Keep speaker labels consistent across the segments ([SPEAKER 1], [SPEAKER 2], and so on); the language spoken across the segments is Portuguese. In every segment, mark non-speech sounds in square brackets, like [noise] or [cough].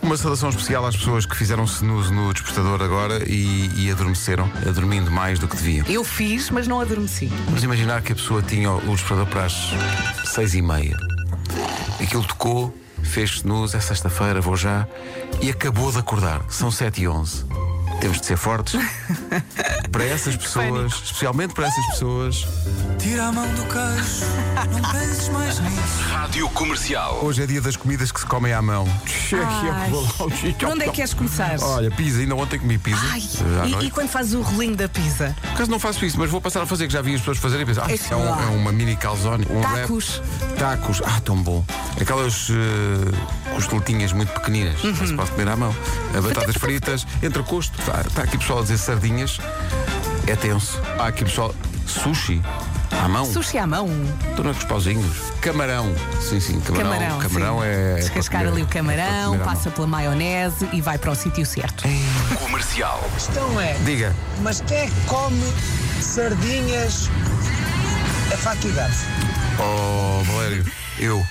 [SPEAKER 1] uma saudação especial às pessoas que fizeram snooze no despertador agora e, e adormeceram, dormindo mais do que deviam.
[SPEAKER 2] Eu fiz, mas não adormeci.
[SPEAKER 1] Vamos imaginar que a pessoa tinha o despertador para as seis e meia. Aquilo tocou, fez snooze, é sexta-feira, vou já, e acabou de acordar. São sete e onze. Temos de
[SPEAKER 2] [laughs]
[SPEAKER 1] ser fortes. para essas pessoas, especialmente para essas pessoas,
[SPEAKER 3] Tira a mão do queixo, não penses mais nisso.
[SPEAKER 4] Rádio Comercial.
[SPEAKER 1] hoje é dia das comidas que se comem à mão.
[SPEAKER 2] Ai. Por onde é que queres começar?
[SPEAKER 1] Olha, pizza, ainda ontem comi pizza.
[SPEAKER 2] Ai,
[SPEAKER 1] à
[SPEAKER 2] e,
[SPEAKER 1] noite.
[SPEAKER 2] e quando fazes o rolinho da pizza?
[SPEAKER 1] Por acaso não faço isso, mas vou passar a fazer, que já vi as pessoas fazerem e pensar, ah,
[SPEAKER 2] É
[SPEAKER 1] isto é, um-
[SPEAKER 2] claro.
[SPEAKER 1] é uma mini calzone, um
[SPEAKER 2] Tacos.
[SPEAKER 1] wrap. Tacos, ah, tão bom. Aquelas eh, costeletinhas muito pequeninas,
[SPEAKER 2] Uhum.
[SPEAKER 1] não se pode comer à mão.
[SPEAKER 2] [laughs]
[SPEAKER 1] A batatas fritas, entrecosto, está tá aqui pessoal a dizer sardinhas, é tenso. Há aqui pessoal, sushi, à mão,
[SPEAKER 2] Sushi à mão.
[SPEAKER 1] estou nos pauzinhos. Camarão, sim, sim, camarão.
[SPEAKER 2] Camarão. sim.
[SPEAKER 1] é. é
[SPEAKER 2] Descascar
[SPEAKER 1] para comer-
[SPEAKER 2] ali o
[SPEAKER 1] é para
[SPEAKER 2] camarão,
[SPEAKER 1] comer à mão.
[SPEAKER 2] passa pela maionese e vai para o sítio certo.
[SPEAKER 4] Comercial.
[SPEAKER 5] questão é,
[SPEAKER 1] Diga,
[SPEAKER 5] mas quem é que come sardinhas a faca e garfo?
[SPEAKER 1] oh Valério, eu.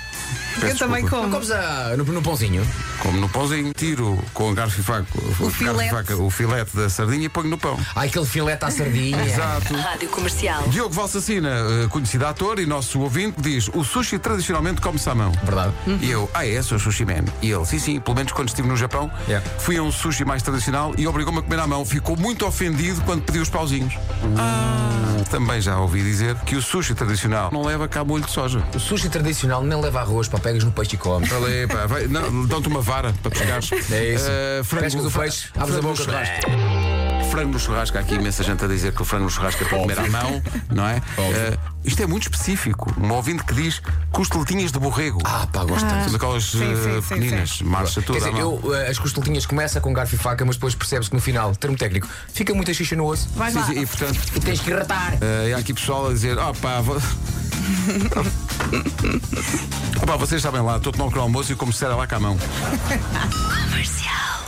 [SPEAKER 2] Eu
[SPEAKER 1] peço
[SPEAKER 2] também
[SPEAKER 1] desculpa.
[SPEAKER 2] como.
[SPEAKER 6] ah, no, pãozinho.
[SPEAKER 1] Como no pãozinho, tiro com garfo e faca o,
[SPEAKER 2] filete.
[SPEAKER 1] o filete da sardinha e ponho no pão.
[SPEAKER 6] Há aquele filete à sardinha.
[SPEAKER 1] [laughs] Exato.
[SPEAKER 7] Rádio Comercial.
[SPEAKER 1] Diogo Valsacina, eh, conhecido ator e nosso ouvinte, diz: o sushi tradicionalmente come-se à mão.
[SPEAKER 6] Verdade.
[SPEAKER 1] E eu, ah, é, sou sushi man. E ele, sim, sim, pelo menos quando estive no Japão,
[SPEAKER 6] É.
[SPEAKER 1] fui a um sushi mais tradicional e obrigou-me a comer à mão. Ficou muito ofendido quando pediu os pauzinhos. Ah. Também já ouvi dizer que o sushi tradicional não leva cá molho de soja.
[SPEAKER 6] O Um sushi tradicional nem leva arroz, pá, pegas no peixe e comes.
[SPEAKER 1] Ali, pá, vai- não, Dão-te uma vara para pescares.
[SPEAKER 6] É isso.
[SPEAKER 1] Eh,
[SPEAKER 6] Pescas o
[SPEAKER 1] fra-
[SPEAKER 6] peixe, abres a
[SPEAKER 1] frango no
[SPEAKER 6] boca,
[SPEAKER 1] churrasco. Frango no churrasco, há aqui imensa gente a dizer que o frango no churrasco é para comer à mão, não é? Eh, isto é muito específico. Um ouvinte que diz costeletinhas de borrego.
[SPEAKER 6] Ah, pá, gosto tanto.
[SPEAKER 1] São aquelas
[SPEAKER 2] sim,
[SPEAKER 1] eh,
[SPEAKER 2] sim, sim,
[SPEAKER 1] pequeninas, marcha
[SPEAKER 6] Quer
[SPEAKER 1] toda à
[SPEAKER 6] dizer,
[SPEAKER 1] mão.
[SPEAKER 6] eu, eh, as costeletinhas começa com garfo e faca, mas depois percebes que no final, termo técnico, fica muita xixa no osso
[SPEAKER 2] Vai
[SPEAKER 1] Sim,
[SPEAKER 2] lá.
[SPEAKER 1] sim, e portanto,
[SPEAKER 6] e tens que ratar.
[SPEAKER 1] eh, e há aqui pessoal a dizer, oh pá,
[SPEAKER 2] [laughs]
[SPEAKER 1] vo- Ah, pá, vocês sabem lá, estou a tomar um pequeno almoço e como se era lá com a mão.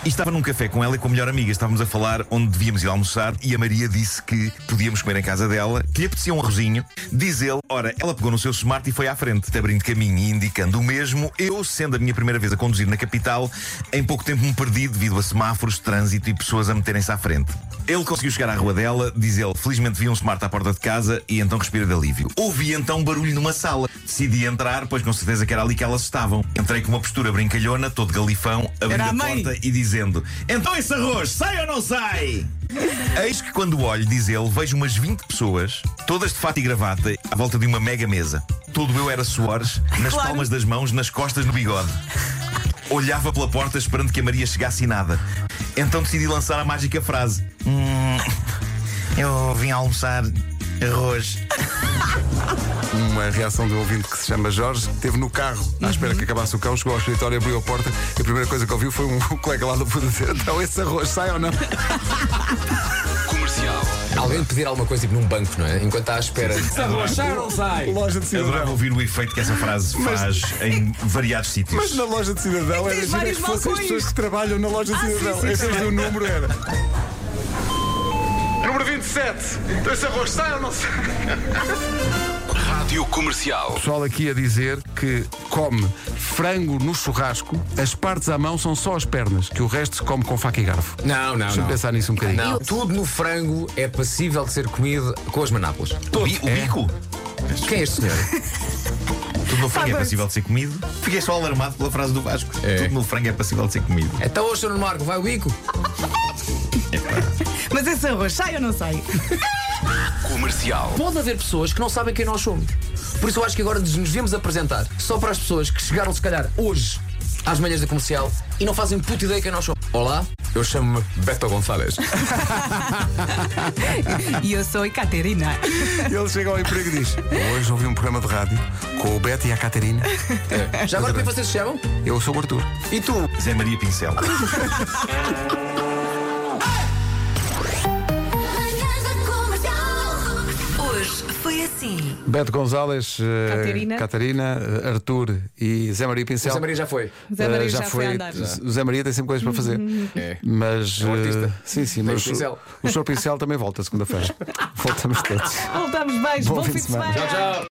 [SPEAKER 8] E estava num café com ela e com a melhor amiga. Estávamos a falar onde devíamos ir almoçar e a Maria disse que podíamos comer em casa dela, que lhe apetecia um arrozinho. Diz ele, ora, ela pegou no seu smart e foi à frente, abrindo caminho e indicando o mesmo. Eu, sendo a minha primeira vez a conduzir na capital, em pouco tempo me perdi devido a semáforos, trânsito e tipo, pessoas a meterem-se à frente. Ele conseguiu chegar à rua dela, diz ele, felizmente vi um smart à porta de casa e então respira de alívio. Ouvi então um barulho numa sala. Decidi entrar, pois com certeza que era ali que elas estavam. Entrei com uma postura brincalhona, todo galifão, abri
[SPEAKER 2] Era
[SPEAKER 8] a
[SPEAKER 2] a mãe.
[SPEAKER 8] porta e dizendo: Então esse arroz sai ou não sai? Eis que quando olho, diz ele, vejo umas 20 pessoas, todas de fato e gravata, à volta de uma mega mesa. Todo eu era suores, nas
[SPEAKER 2] Claro.
[SPEAKER 8] palmas das mãos, nas costas, no bigode. Olhava pela porta esperando que a Maria chegasse e nada. Então decidi lançar a mágica frase: Hum, eu vim almoçar arroz.
[SPEAKER 1] uma reação de um ouvinte que se chama Jorge, que esteve no carro
[SPEAKER 2] Uhum.
[SPEAKER 1] à espera que acabasse o cão, chegou ao escritório, abriu a porta e a primeira coisa que ouviu foi um [laughs] colega lá do fundo dizer: então esse arroz sai ou não?
[SPEAKER 4] Comercial.
[SPEAKER 6] Alguém pedir alguma coisa tipo, num banco, não é? Enquanto está à espera. É
[SPEAKER 1] Loja de
[SPEAKER 8] Adorava
[SPEAKER 1] cidadão.
[SPEAKER 8] ouvir o efeito que essa frase faz em variados sítios.
[SPEAKER 1] Mas na loja de cidadão
[SPEAKER 2] É que tens
[SPEAKER 1] era giro que
[SPEAKER 2] vários
[SPEAKER 1] fossem as
[SPEAKER 2] balcões. Ah,
[SPEAKER 1] pessoas que trabalham na loja de
[SPEAKER 2] sim,
[SPEAKER 1] cidadão.
[SPEAKER 2] sim,
[SPEAKER 1] Esse
[SPEAKER 2] também.
[SPEAKER 1] é o número era. Número 27. Então esse arroz sai ou não sai?
[SPEAKER 4] Rádio Comercial.
[SPEAKER 1] pessoal aqui a dizer que come frango no churrasco, as partes à mão são só as pernas, que o resto se come com faca e garfo.
[SPEAKER 6] Não, não,
[SPEAKER 1] Deixa-me
[SPEAKER 6] não.
[SPEAKER 1] pensar nisso um bocadinho.
[SPEAKER 6] Não, tudo no frango é passível de ser comido com as manápolas.
[SPEAKER 8] o, bi- o
[SPEAKER 1] É.
[SPEAKER 8] bico?
[SPEAKER 6] Quem é
[SPEAKER 1] [laughs]
[SPEAKER 6] este senhor?
[SPEAKER 8] Tudo no frango é
[SPEAKER 2] Sabe-
[SPEAKER 8] passível de ser comido? Fiquei só alarmado pela frase do Vasco.
[SPEAKER 6] É.
[SPEAKER 8] Tudo no frango é passível de ser comido.
[SPEAKER 6] Então hoje, senhor Marco, vai o bico?
[SPEAKER 2] Mas esse arroz sai ou não sai?
[SPEAKER 4] Comercial.
[SPEAKER 6] Pode haver pessoas que não sabem quem nós somos. Por isso eu acho que agora nos devemos apresentar só para as pessoas que chegaram, se calhar, hoje às manhãs da comercial e não fazem puta ideia quem nós somos. Olá, eu chamo-me Beto Gonçalves.
[SPEAKER 2] E eu sou a Caterina.
[SPEAKER 1] Ele chega ao emprego e diz: Hoje ouvi um programa de rádio com o Beto e a Catarina.
[SPEAKER 6] Já agora como é que vocês se chamam?
[SPEAKER 1] Eu sou o Arthur.
[SPEAKER 6] E tu?
[SPEAKER 8] Zé Maria Pincel.
[SPEAKER 7] Manhãs da Comercial. Hoje foi assim.
[SPEAKER 1] Beto Gonzalez, eh,
[SPEAKER 2] Catarina.
[SPEAKER 1] Catarina, eh, Arthur e Zé Maria
[SPEAKER 6] O
[SPEAKER 1] Pincel.
[SPEAKER 6] Zé Maria já foi.
[SPEAKER 2] Zé Maria
[SPEAKER 1] Eh,
[SPEAKER 2] já foi andar.
[SPEAKER 1] O Zé Maria tem sempre coisas
[SPEAKER 2] [laughs]
[SPEAKER 1] para fazer.
[SPEAKER 6] É.
[SPEAKER 1] Mas.
[SPEAKER 6] um
[SPEAKER 1] eh,
[SPEAKER 6] artista.
[SPEAKER 1] sim, sim,
[SPEAKER 6] Tem
[SPEAKER 1] mas.
[SPEAKER 6] o pincel. [laughs]
[SPEAKER 1] O Sr. Pincel também volta segunda-feira. Voltamos todos.
[SPEAKER 2] Voltamos, beijo, bom, fim de semana.
[SPEAKER 6] Tchau, tchau.